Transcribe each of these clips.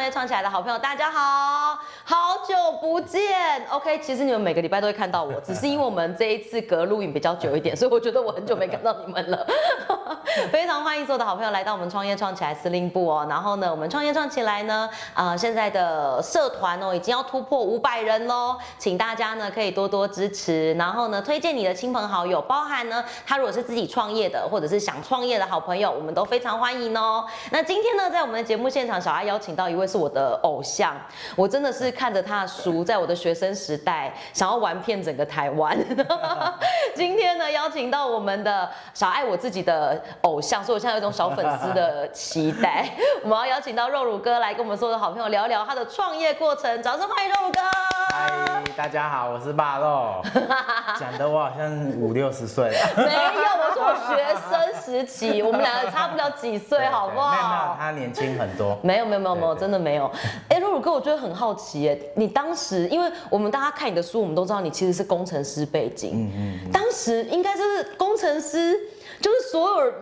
位创起来的好朋友，大家好，好久不见。OK，其实你们每个礼拜都会看到我，只是因为我们这一次隔录影比较久一点，所以我觉得我很久没看到你们了。 非常欢迎所有的好朋友来到我们创业创起来司令部哦。然后呢，我们创业创起来呢，啊、现在的社团哦已经要突破五百人喽，请大家呢可以多多支持，然后呢推荐你的亲朋好友，包含呢他如果是自己创业的，或者是想创业的好朋友，我们都非常欢迎哦。那今天呢，在我们的节目现场，小爱邀请到一位是我的偶像，我真的是看着他的书，在我的学生时代想要玩遍整个台湾。今天呢，邀请到我们的小爱，我自己的偶像，所以我现在有一种小粉丝的期待。我们要邀请到肉乳哥来跟我们所有的好朋友聊聊他的创业过程，掌声欢迎肉乳哥。嗨，大家好，我是 霸肉，讲的我好像五六十岁了，没有，我是我学生时期，我们两个差不了几岁，好不好？没有没有，他年轻很多。没有没有没有没有，对对真的没有。哎，露露哥，我觉得很好奇耶，你当时因为我们大家看你的书，我们都知道你其实是工程师背景，嗯嗯当时应该就是工程师，就是所有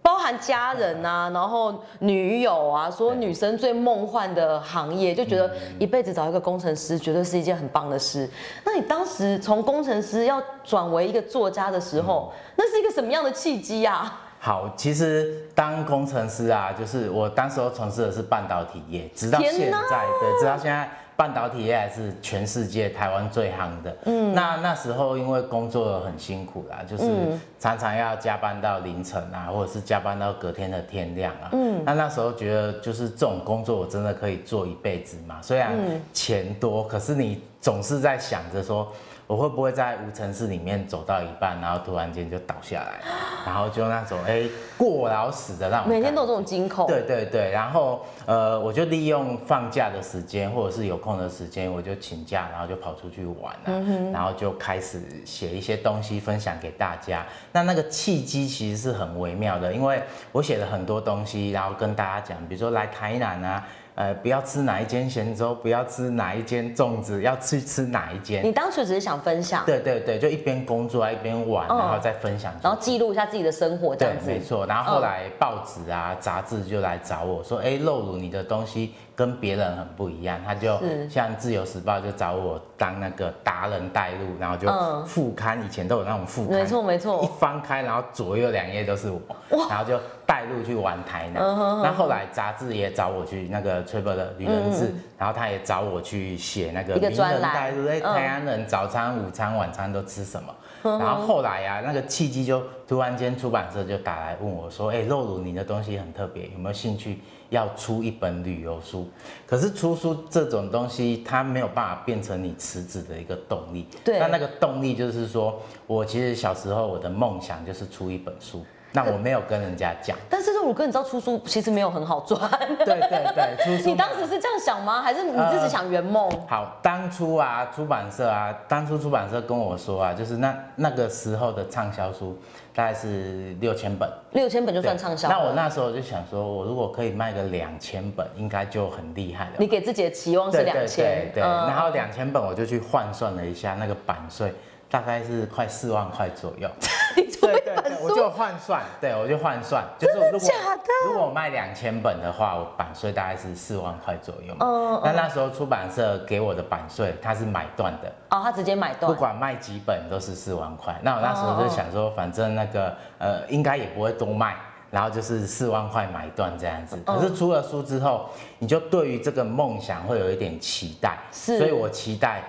包含家人啊，嗯然后女友啊，所有女生最梦幻的行业，就觉嗯得一辈子找一个工程师，绝对是一件很棒的事。那你当时从工程师要转为一个作家的时候，嗯那是一个什么样的契机啊？好，其实当工程师啊，就是我当时候从事的是半导体业，直到天现哪在，对，直到现在。半导体业还是全世界台湾最夯的。嗯，那那时候因为工作很辛苦啦，就是嗯常常要加班到凌晨啊，或者是加班到隔天的天亮啊。嗯，那那时候觉得就是这种工作我真的可以做一辈子嘛，虽然嗯钱多，可是你总是在想着说。我会不会在无尘室里面走到一半，然后突然间就倒下来，然后就那种哎、过劳死的那种感觉，每天都有这种惊恐，啊对对对，然后呃，我就利用放假的时间或者是有空的时间，我就请假，然后就跑出去玩啊，嗯然后就开始写一些东西分享给大家。那那个契机其实是很微妙的，因为我写了很多东西，然后跟大家讲，比如说来台南啊。呃，不要吃哪一间咸粥，不要吃哪一间粽子，要去吃哪一间。你当时只是想分享。对对对，就一边工作啊，一边玩，嗯然后再分享出去。然后记录一下自己的生活这对样，子嗯没。错。然后后来报纸啊、杂志就来找我说：“哎、露露，你的东西跟别人很不一样。”他就是像《自由时报》就找我当那个达人带路，然后嗯就副刊，以前都有那种副刊，没错没错一翻开，然后左右两页都是我，然后就带路去玩台南。嗯那后来杂志也找我去那个 Travel 的旅人志，嗯然后他也找我去写那个一个名专人栏带路，哎、嗯台南人早餐、午餐、晚餐都吃什么？然后后来啊，那个契机就突然间出版社就打来问我说：“哎、露露，你的东西很特别，有没有兴趣要出一本旅游书？”可是出书这种东西，它没有办法变成你辞职的一个动力。对那那个动力就是说，我其实小时候我的梦想就是出一本书，那我没有跟人家 讲。但是肉哥，你知道出书其实没有很好赚，对对对，出书。你当时是这样想吗？还是你自己想圆梦？好，当初啊，出版社啊，当初出版社跟我说啊，就是那那个时候的畅销书大概是六千本，六千本就对算畅销那了。我那时候就想说，我如果可以卖个两千本，应该就很厉害了。你给自己的期望是对两对千对，对，嗯然后两千本我就去换算了一下那个版税，大概是快四万块左右。 你出对一对本对，我书就换算，对我就换算，就是如果假的如果我卖两千本的话，我版税大概是四万块左右嘛。嗯那那时候出版社给我的版税，它是买断的，哦，他直接买断不。管卖几本都是四万块。那我那时候就想说，反正那个呃，应该也不会多卖。然后就是四万块买断这样子，嗯可是出了书之后，你就对于这个梦想会有一点期待，是所以我期待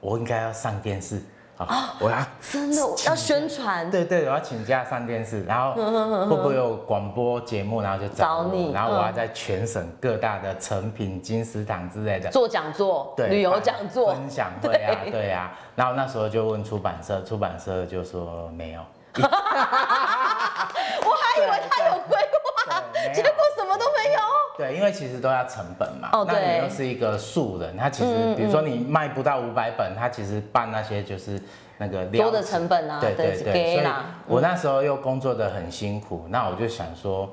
我应该要上电视啊，我要真的我要宣传，对对，我要请假上电视，然嗯后会不会有广播节目，然后就找找我你然后我要嗯在全省各大的成品、金石堂之类的。做讲座，对，旅游办讲座，分享会啊，对啊，然后那时候就问出版社，出版社就说没有，我还以为他有规划对对没，有结果什么都没有。对，因为其实都要成本嘛。哦那对嗯你又是一个素人，他其实比如说你卖不到五百本，他其实办那些就是那个料多的成本啊对对对对，给所以啦我那时候又工作的很辛苦，那我就想说。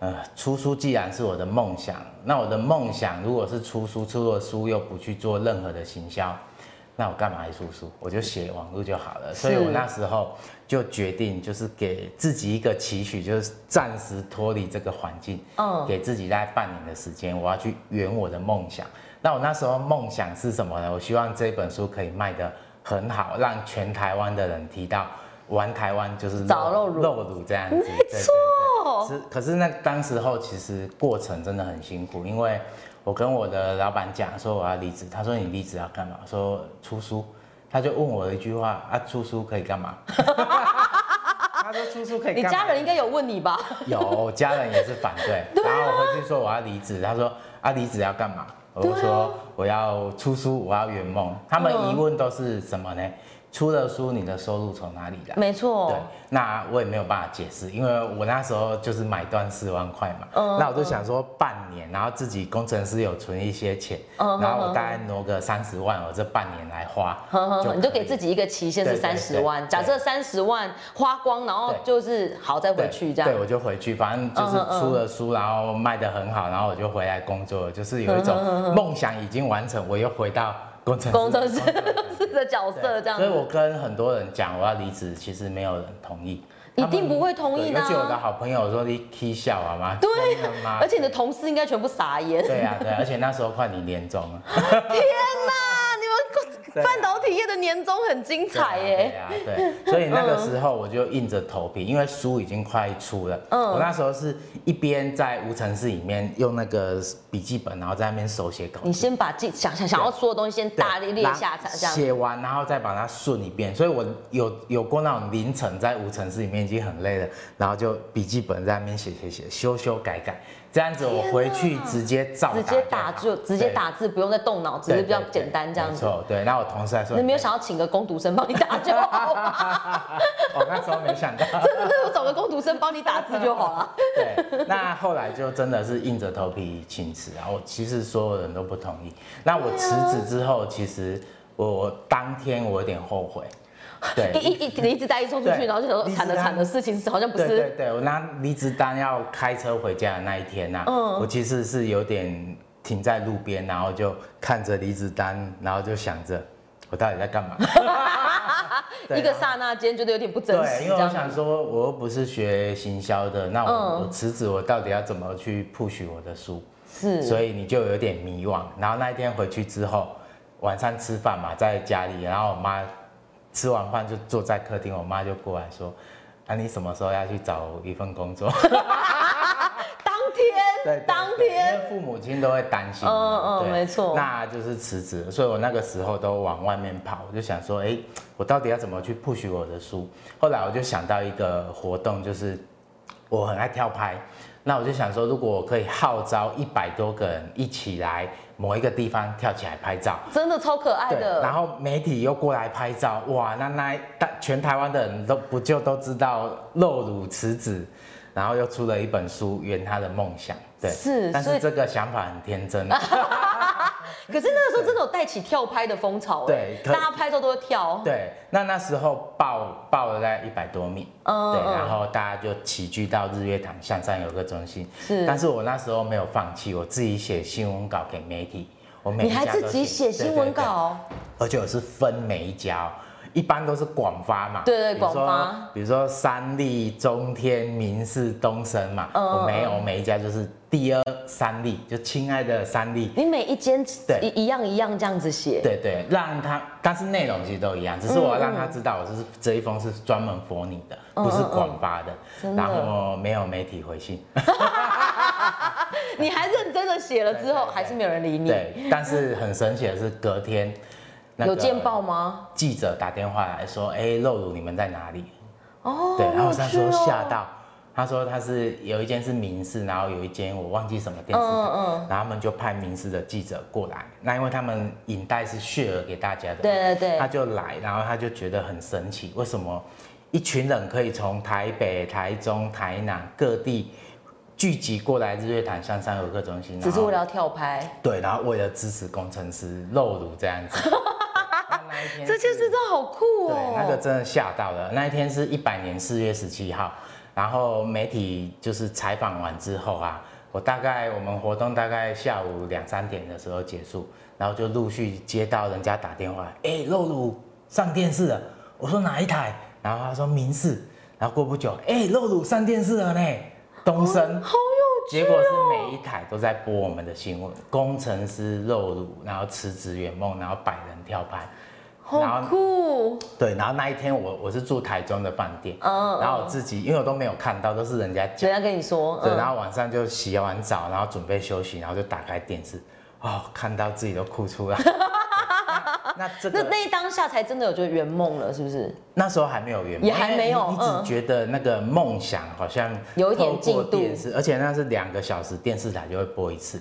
呃，出书既然是我的梦想，那我的梦想如果是出书，出了书又不去做任何的行销，那我干嘛还出书？我就写网路就好了。所以我那时候就决定，就是给自己一个期许，就是暂时脱离这个环境，嗯给自己大概半年的时间，我要去圆我的梦想。那我那时候梦想是什么呢？我希望这本书可以卖得很好，让全台湾的人提到玩台湾就是找肉乳肉乳这样子，没错哦对对对是，可是那当时候其实过程真的很辛苦，因为我跟我的老板讲说我要离职，他说你离职要干嘛？我说出书，他就问我一句话啊，出书可以干嘛？ 他说出书可以你干嘛？家人应该有问你吧？有，家人也是反 对。然后我回去说我要离职，他说啊离职要干嘛？我就啊对啊说我要出书，我要圆梦。他们嗯疑问都是什么呢？出了书你的收入从哪里来？没错对，，那我也没有办法解释，因为我那时候就是买断四万块嘛，嗯那我就想说半年，然后自己工程师有存一些钱，嗯然后我大概挪个三十万，我这半年来花，呵呵嗯呵，你就可给以自己一个期限是对对三对十万，假设三十万花光，然后对就是好再回去这样对，。我就回去，反正就是嗯嗯嗯出了书，然后卖得很好，然后我就回来工作，就是有一嗯种梦想已经完成，我又回到工程师工程师是 的角色这样所以子，我跟很多人讲我要离职，其实没有人同意，一定不会同对意的尤其我的啊。好朋友说你 K 笑啊好吗？对啊疯了吗而且你的同事应该全部傻眼。对啊，对啊，而且那时候快领年终 了，天哪，你们对啊半导体业的年终很精彩对耶！啊，对啊对，所以那个时候我就硬着头皮，因为书已经快出了，嗯我那时候是一边在无尘室里面用那个笔记本，然后在那边手写稿子，你先把自己想想想要说的东西先大力列下才这样。写完然后再把它顺一遍，所以我有有过那种凌晨在无尘室里面已经很累了，然后就笔记本在那边写写写，修修改改，这样子我回去直接照直接打就直接打字，不用再动脑，只对，是比较对对简单这样子没。错，对。那我同事还说，你没有想要请个工读生帮你打就好 吧？我哦那时候 没想到。真的，那我找个工读生帮你打字就好了。对，那后来就真的是硬着头皮请辞啊！我其实所有人都不同意。那我辞职之后，其实我我当天我有点后悔。对， 一一一，你一直带一冲出去，对然后就想你说知惨的道惨的事情，好像不对对是。对，我拿离职单要开车回家的那一天呐、啊嗯我其实是有点停在路边，然后就看着离职单，然后就想着我到底 在干嘛？对一个刹那间觉得有点不真对，实，因这为我样想说，我又不是学行销的，那我、嗯我辞职，我到底要怎么去 push 我的书？是。所以你就有点迷惘。然后那一天回去之后，晚上吃饭嘛，在家里，然后我妈吃完饭就坐在客厅，我妈就过来说：“啊，你什么时候要去找一份工作？”当天，对，对当对天因为父母亲都会担心嗯嘛，嗯对没错那就是辞职了，所以我那个时候都往外面跑，我就想说，哎，我到底要怎么去 push 我的书？后来我就想到一个活动，就是我很爱跳拍，那我就想说，如果我可以号召一百多个人一起来某一个地方跳起来拍照。真的超可爱对，的。然后媒体又过来拍照，哇，那那大全台湾的人都不就都知道露乳辞子，然后又出了一本书《圆他的梦想》，对，是但所以是这个想法很 天真，可是那个时候真的有带起跳拍的风潮，对哎可大家拍照都会跳。对，那那时候报报了大概一百多名，嗯对，嗯然后大家就齐聚到日月潭象山游客中心，是但是我那时候没有放弃，我自己写新闻稿给媒体，我每一你还家自都己写新闻，稿，对对对而且我是分每一家哦、一般都是广发嘛，对对比如说广发，比如说三立、中天、民视、东升嘛，嗯我嗯没有，每一家就是第二三立，就亲爱的三立，你每一间对一一样一样这样子写。对对，让他，但是内容其实都一样，只是嗯我要让他知道，我是这一封是专门 for 你的，不是广发的。嗯真的然后没有媒体回信，你还认真的写了之后，对对对还是没有人理你。对。但是很神奇的是，隔天那有见报吗？记者打电话来说，哎，露露你们在哪里？哦，对，然后有他趣说哦吓。到，他说他是有一间是民视，然后有一间我忘记什么电视台，嗯嗯然后他们就派民视的记者过来，那因为他们影带是 share 给大家的，对对对他就来，然后他就觉得很神奇，为什么一群人可以从台北、台中、台南各地聚集过来日月潭山上游客中心，只是为了然后要跳拍，对，然后为了支持工程师露乳这样 子，那那一天这件事真的好酷对，那个哦！真的吓到了。那一天是一百年四月十七号，然后媒体就是采访完之后啊，我大概我们活动大概下午两三点的时候结束，然后就陆续接到人家打电话，哎、露露上电视了。我说哪一台？然后他说民视。然后过不久，哎、露露上电视了呢，东升。好有结果是每一台都在播我们的新闻，工程师露乳，然后辞职圆梦，然后百人跳盘，然好后酷，对，然后那一天我我是住台中的饭店，嗯然后我自己因为我都没有看到，都是人家讲，人家跟你说，嗯对，然后晚上就洗完澡，然后准备休息，然后就打开电视，哦，看到自己都 哭出来。对那那这那个那一当下才真的有觉得圆梦了，是不是？那时候还没有圆梦，也还没有因为你嗯你只觉得那个梦想好像有一点进度透过电视，而且那是两个小时电视台就会播一次，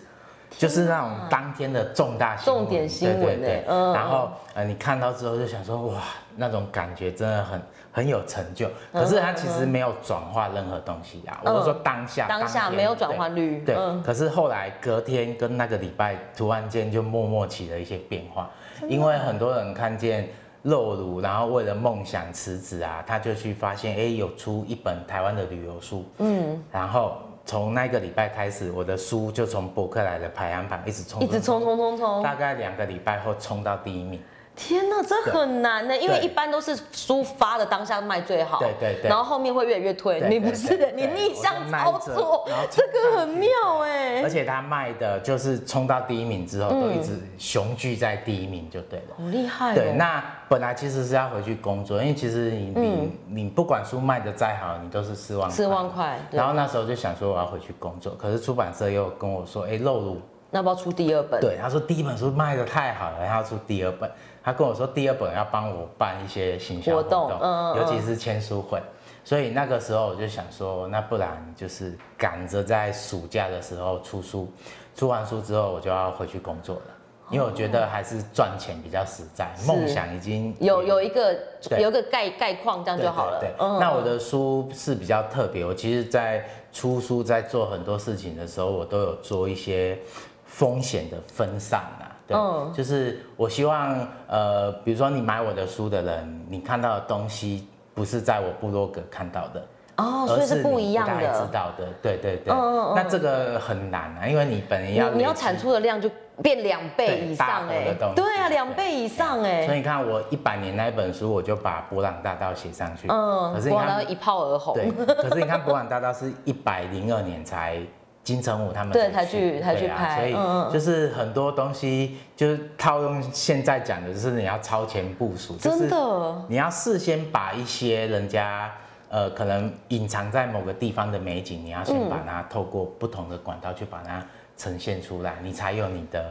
就是那种当天的重大新闻重点新闻对对欸对。嗯然后呃，你看到之后就想说哇，那种感觉真的很很有成就，可是它其实没有转化任何东西啊。嗯我是说当下当下天没有转对换率对嗯。可是后来隔天跟那个礼拜，突然间就默默起了一些变化，因为很多人看见露乳，然后为了梦想辞职啊，他就去发现，哎，有出一本台湾的旅游书，嗯，然后从那个礼拜开始，我的书就从博客来的排行榜一直冲，一直冲冲冲冲，大概两个礼拜后冲到第一名。天哪，这很难呢，因为对一般都是书发的当下卖最好，对对对然后后面会越来越退，对你不是的，对你对逆向操作我就耐着然后，这个很妙哎而，且他卖的就是冲到第一名之后，都嗯一直雄踞在第一名就对了。好厉害哦，对，那本来其实是要回去工作，因为其实你、你你不管书卖的再好，你都是四万块嗯四万。块，对然后那时候就想说我要回去工作，可是出版社又跟我说，哎、露露，那要不要出第二本？对，他说第一本书卖的太好了，他要出第二本，他跟我说第二本要帮我办一些行销活活动动，嗯嗯尤其是签书会。所以那个时候我就想说，那不然就是赶着在暑假的时候出书，出完书之后我就要回去工作了，因为我觉得还是赚钱比较实在，梦想已经哦有有一个对有一个概概况，这样对就好了嗯对。对那我的书是比较特别，我其实，在出书在做很多事情的时候，我都有做一些风险的分散啊。对，嗯就是我希望呃，比如说你买我的书的人，你看到的东西不是在我部落格看到的。哦，而所以是你不一样大概的知。道的，对对对。嗯嗯嗯那这个很难啊，因为你本人你要你要累积产出的量就变两倍对以大上额哎的东，西对啊，两倍以上所以哎，你看，我一百年那一本书，我就把博朗大道写上去。嗯，可是你哇，看然后一炮而红，对，可是你看博朗大道是一百零二年才金城武他们对才才去对啊才去拍嗯嗯所以就是很多东西就是套用现在讲的，就是你要超前部署，就是真的你要事先把一些人家。呃，可能隐藏在某个地方的美景，你要先把它透过不同的管道去把它呈现出来，你才有你的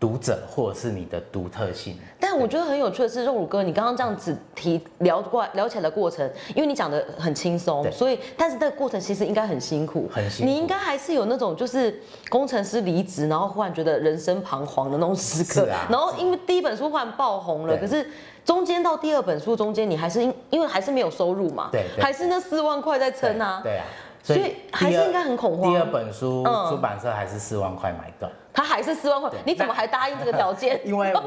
读者或者是你的独特性。但我觉得很有趣的是，肉乳哥，你刚刚这样子提聊过聊起来的过程，因为你讲的很轻松，对所以但是这个过程其实应该很辛苦，很辛苦你应该还是有那种就是工程师离职，然后忽然觉得人生彷徨的那种时刻。是啊然后因为第一本书忽然爆红了，可对是中间到第二本书中间，你还是因因为还是没有收入嘛，对对还是那四万块在撑啊。对对啊，所以第还是二应该很恐慌第二本书嗯出版社还是四万块买断，？他还是四万块，你怎么还答应这个条件因为我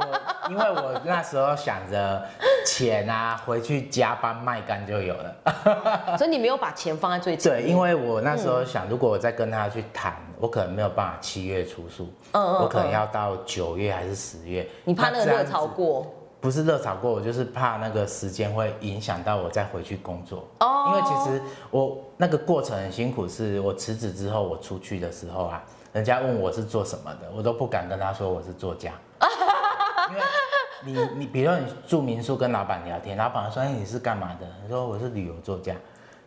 因为我那时候想着钱啊，回去加班卖干就有了。 所以你没有把钱放在最前对，面。因为我那时候想，如果我再跟他去谈，我可能没有办法七月出书，嗯嗯我可能要到九月还是十月。你怕那个这样热子潮过不是热炒过，我就是怕那个时间会影响到我再回去工作。哦因为其实我那个过程很辛苦，是我辞职之后我出去的时候啊，人家问我是做什么的，我都不敢跟他说我是 作家，因为你你比如说你住民宿跟老板聊天，老板说、哎你是干嘛的？你说我是旅游作家，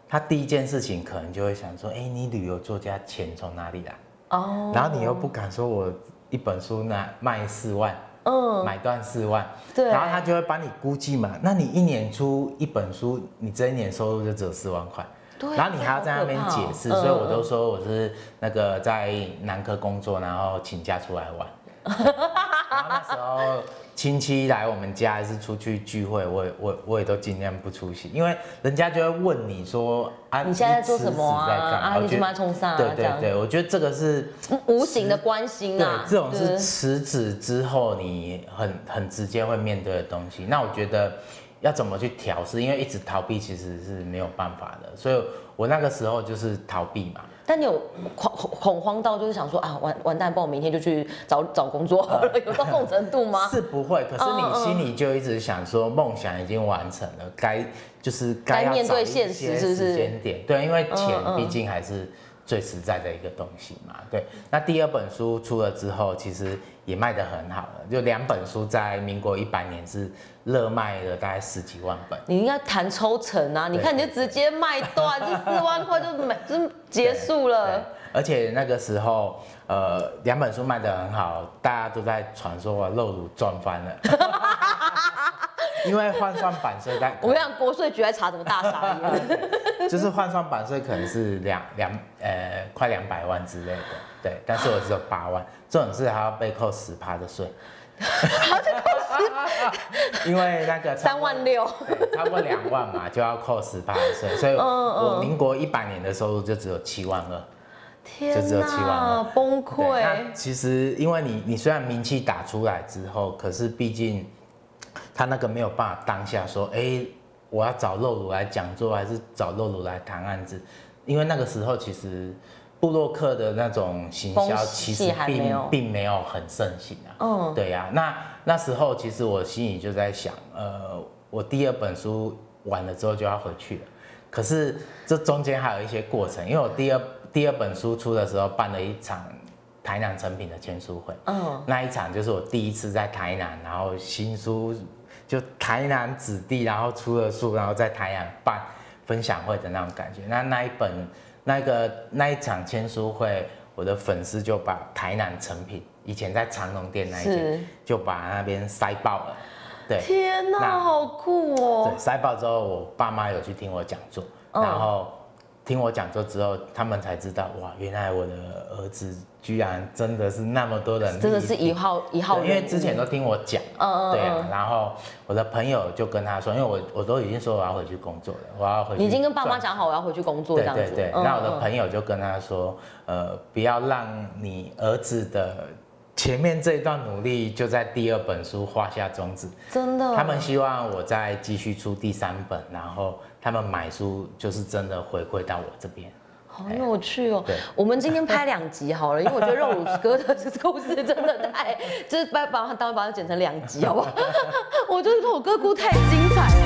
他第一件事情可能就会想说，哎、你旅游作家钱从哪里来？哦，然后你又不敢说我一本书那卖四万，嗯买断四万，对然后他就会帮你估计嘛。那你一年出一本书，你这一年收入就只有四万块。对然后你还要这在好那可边怕解哦释，嗯所以我都说我是那个在南科工作，然后请假出来玩。然后那时候亲戚来我们家，还是出去聚会，我也我我也都尽量不出席，因为人家就会问你说啊，你现在在做什么啊辞职在干嘛啊你我觉得怎么还冲上啊对这对样嗯对，我觉得这个是无形的关心对啊，，这种对是辞职之后你很很直接会面对的东西。那我觉得要怎么去调试，因为一直逃避其实是没有办法的，所以我那个时候就是逃避嘛。但你有恐恐慌到就是想说啊，完完蛋，不然我明天就去找找工作好了，有到这种程度吗？啊 是不会，可是嗯你嗯心里就一直想说，梦想已经完成了，该就是该要面对找一现些实是不是时间点，对，因为钱嗯嗯毕竟还是最实在的一个东西嘛。对，那第二本书出了之后，其实也卖得很好了，就两本书在民国一百年是热卖了大概十几万本。你应该谈抽成啊！你看你就直接卖断，这四万块就 没就结束对了。，而且那个时候，呃，两本书卖得很好，大家都在传说啊，露乳赚翻 了，因为换算版税在，我跟你讲，国税局还查什么大傻 眼？ 就是换算版税可能是两两呃快两百万之类的，对，但是我只有八万，这种事还要被扣十趴的税，因为那个差三不多万六，对超过两万嘛就要扣十趴的税，所以嗯我民国一百年的收入就只有七万二。天只有七万哪，了崩对，溃那！其实因为你你虽然名气打出来之后，可是毕竟他那个没有办法当下说，哎、我要找露乳来讲座，还是找露乳来谈案子，因为那个时候其实部落客的那种行风销气其实还没有并并没有很盛行啊。嗯对呀、那那时候其实我心里就在想，呃，我第二本书完了之后就要回去了，可是这中间还有一些过程，因为我第二第二本书出的时候办了一场台南成品的签书会，嗯，那一场就是我第一次在台南，然后新书就台南子弟，然后出了书，然后在台南办分享会的那种感觉。那那一本那个那一场签书会，我的粉丝就把台南成品以前在长隆店那一是间就把那边塞爆了，对，天哪，那好酷哦对，！塞爆之后，我爸妈有去听我讲座，嗯然后听我讲座之后，他们才知道，哇，原来我的儿子居然真的是那么多人，真的是一号一号对人物，因为之前都听我讲，嗯嗯对啊嗯，然后我的朋友就跟他说，因为我我都已经说我要回去工作了，我要回去，你已经跟爸妈。讲好我要回去工作这对样对子。对，嗯那我的嗯朋友就跟他说，呃，不要让你儿子的前面这一段努力就在第二本书画下终止，真的，他们希望我再继续出第三本，然后他们买书就是真的回馈到我这边。好有趣哦对！我们今天拍两集好了，因为我觉得肉乳哥的这个故事真的 太，就是把把它当把它剪成两集好不好？我觉得肉乳哥故事太精彩了。